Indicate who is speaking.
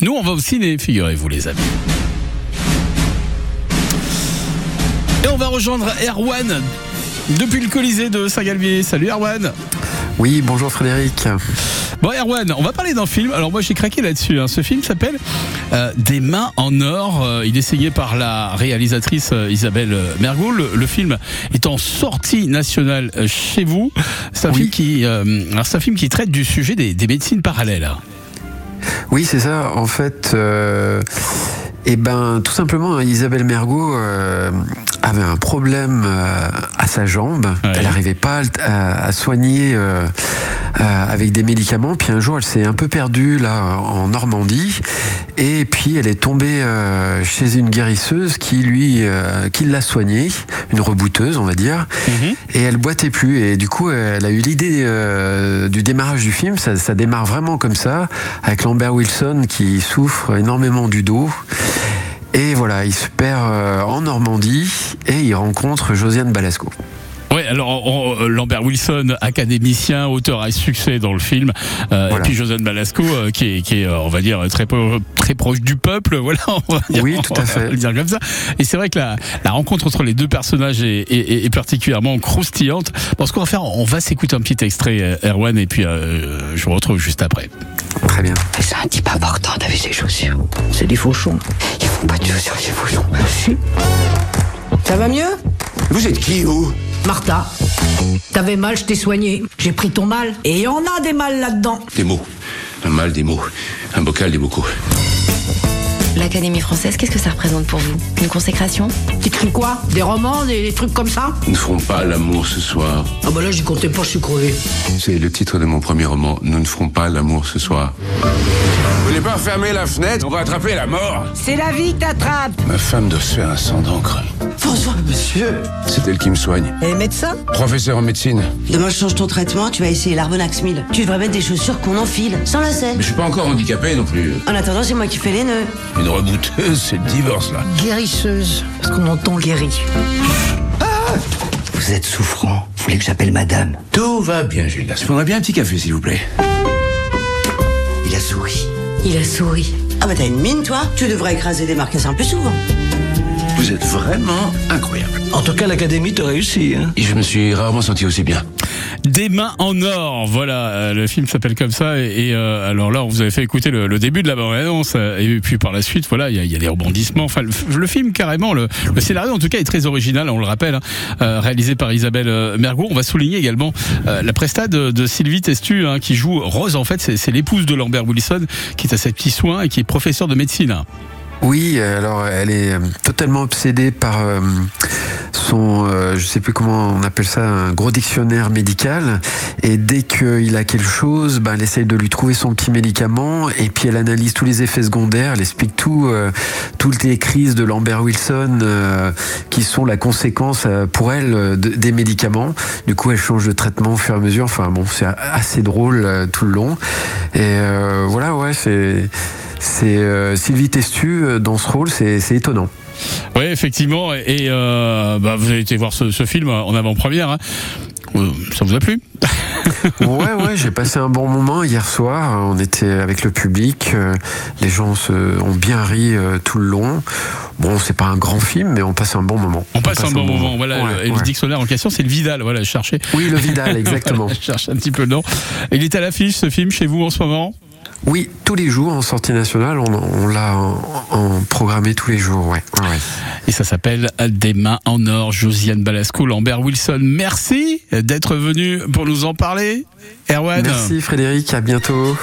Speaker 1: Nous, on va au ciné, figurez-vous, les amis. Et on va rejoindre Erwan depuis le Colisée de Saint-Galmier. Salut Erwan.
Speaker 2: Oui, bonjour Frédéric.
Speaker 1: Bon, Erwan, on va parler d'un film. Alors, moi, j'ai craqué là-dessus. hein. Ce film s'appelle euh, Des mains en or. Euh, il est signé par la réalisatrice euh, Isabelle Mergoul. Le, le film est en sortie nationale euh, chez vous. C'est un,
Speaker 2: Oui.
Speaker 1: film qui, euh, alors, c'est un film qui traite du sujet des, des médecines parallèles. hein.
Speaker 2: Oui, c'est ça. En fait, euh, eh ben, tout simplement, hein, Isabelle Mergot euh, avait un problème euh, à sa jambe.
Speaker 1: Ouais.
Speaker 2: Elle n'arrivait pas à, à soigner euh, euh, avec des médicaments. Puis un jour, elle s'est un peu perdue là en Normandie. Et puis, elle est tombée euh, chez une guérisseuse qui lui, euh, qui l'a soignée, une rebouteuse, on va dire. Et elle boitait plus. Et du coup, elle a eu l'idée euh, du démarrage du film. Ça, ça démarre vraiment comme ça, avec Lambert Wilson qui souffre énormément du dos. Et voilà, il se perd euh, en Normandie et il rencontre Josiane Balasco.
Speaker 1: Ouais, alors on- on- Lambert Wilson, académicien, auteur à succès dans le film, euh,
Speaker 2: Voilà.
Speaker 1: et puis Josiane Balasco, euh, qui est, qui est, euh, on va dire, très, pro- très proche du peuple, voilà, on va dire,
Speaker 2: Oui, tout à
Speaker 1: on va
Speaker 2: fait.
Speaker 1: le dire comme ça. Et c'est vrai que la, la rencontre entre les deux personnages est, est- est- est particulièrement croustillante. Bon, ce qu'on va faire, on va s'écouter un petit extrait, euh, Erwan, et puis euh, je vous retrouve juste après.
Speaker 2: Très bien.
Speaker 3: C'est un type important, t'as vu ses chaussures
Speaker 4: C'est des fauchons.
Speaker 3: Ils font pas de chaussures chez Fouchon.
Speaker 4: Ça va mieux
Speaker 5: Vous êtes qui, vous
Speaker 4: Martha, t'avais mal, je t'ai soigné. J'ai pris ton mal. Et on a des mal là-dedans.
Speaker 5: Des mots. Un mal des mots. Un bocal des bocaux.
Speaker 6: L'Académie française, qu'est-ce que ça représente pour vous Une consécration
Speaker 4: T'écris quoi Des romans, des, des trucs comme ça
Speaker 5: Nous ne ferons pas l'amour ce soir.
Speaker 4: Ah bah là, j'y comptais pas, je suis crevé.
Speaker 5: C'est le titre de mon premier roman. Nous ne ferons pas l'amour ce soir. Vous voulez pas fermer la fenêtre On va attraper la mort.
Speaker 4: C'est la vie qui t'attrape
Speaker 5: Ma femme doit se faire un sang d'encre.
Speaker 7: François, monsieur
Speaker 5: C'est elle qui me soigne.
Speaker 7: Et médecin
Speaker 5: Professeur en médecine.
Speaker 7: Demain, je change ton traitement, tu vas essayer l'Arbonax 1000. Tu devrais mettre des chaussures qu'on enfile, sans lacets.
Speaker 5: Mais je suis pas encore handicapé non plus.
Speaker 7: En attendant, c'est moi qui fais les nœuds.
Speaker 5: Une rebouteuse, c'est le divorce, là.
Speaker 4: Guérisseuse. Parce qu'on entend guéri.
Speaker 7: Ah Vous êtes souffrant. Vous voulez que j'appelle madame
Speaker 5: Tout va bien, Gilda. Je prendrais bien un petit café, s'il vous plaît.
Speaker 7: Il a souri.
Speaker 6: Il a souri.
Speaker 7: Ah bah t'as une mine, toi Tu devrais écraser des marcassins plus souvent.
Speaker 5: Vous êtes vraiment incroyable.
Speaker 8: En tout cas, l'académie te réussit. Hein.
Speaker 5: Et je me suis rarement senti aussi bien.
Speaker 1: Des mains en or, voilà, euh, le film s'appelle comme ça. Et, et, euh, alors là, on vous avait fait écouter le, le début de la bande-annonce, euh, et puis par la suite, voilà, il y a, il y a des rebondissements. Enfin, le, f- le film carrément, le, le scénario en tout cas est très original, on le rappelle, hein, euh, réalisé par Isabelle euh, Mergo. On va souligner également euh, la prestade de, de Sylvie Testu, hein, qui joue Rose. En fait, c'est c'est l'épouse de Lambert Wilson, qui est à ses petits soins et qui est professeur de médecine. hein.
Speaker 2: Oui, euh, alors elle est euh, totalement obsédée par euh, son, euh, je sais plus comment on appelle ça, un gros dictionnaire médical. Et dès qu'il a quelque chose, ben, elle essaye de lui trouver son petit médicament. Et puis elle analyse tous les effets secondaires, elle explique tout, euh, toutes les crises de Lambert Wilson euh, qui sont la conséquence euh, pour elle euh, de- des médicaments. Du coup, elle change de traitement au fur et à mesure. Enfin bon, c'est a- assez drôle euh, tout le long. Et euh, voilà, ouais, c'est. C'est euh, Sylvie Testu euh, dans ce rôle, c'est c'est étonnant.
Speaker 1: Oui, effectivement. Et, et, euh, bah, vous avez été voir ce, ce film en avant-première. hein. Euh, Ça vous a plu
Speaker 2: Ouais, ouais, j'ai passé un bon moment hier soir. hein. On était avec le public. euh, Les gens se, ont bien ri euh, tout le long. Bon, c'est pas un grand film, mais on passe un bon moment.
Speaker 1: On passe, un bon moment. Voilà, euh,
Speaker 2: Ouais,
Speaker 1: le- et le
Speaker 2: ouais.
Speaker 1: dictionnaire en question, c'est le Vidal. Voilà, je cherchais.
Speaker 2: Oui, le Vidal, exactement.
Speaker 1: Voilà, je cherche un petit peu le nom. Il est à l'affiche, ce film, chez vous en ce moment
Speaker 2: Oui, tous les jours en sortie nationale, on, on l'a en, en programmé tous les jours. Ouais, ouais, ouais.
Speaker 1: Et ça s'appelle Des mains en or, Josiane Balasco, Lambert Wilson. Merci d'être venu pour nous en parler. Erwan.
Speaker 2: Merci Frédéric, à bientôt.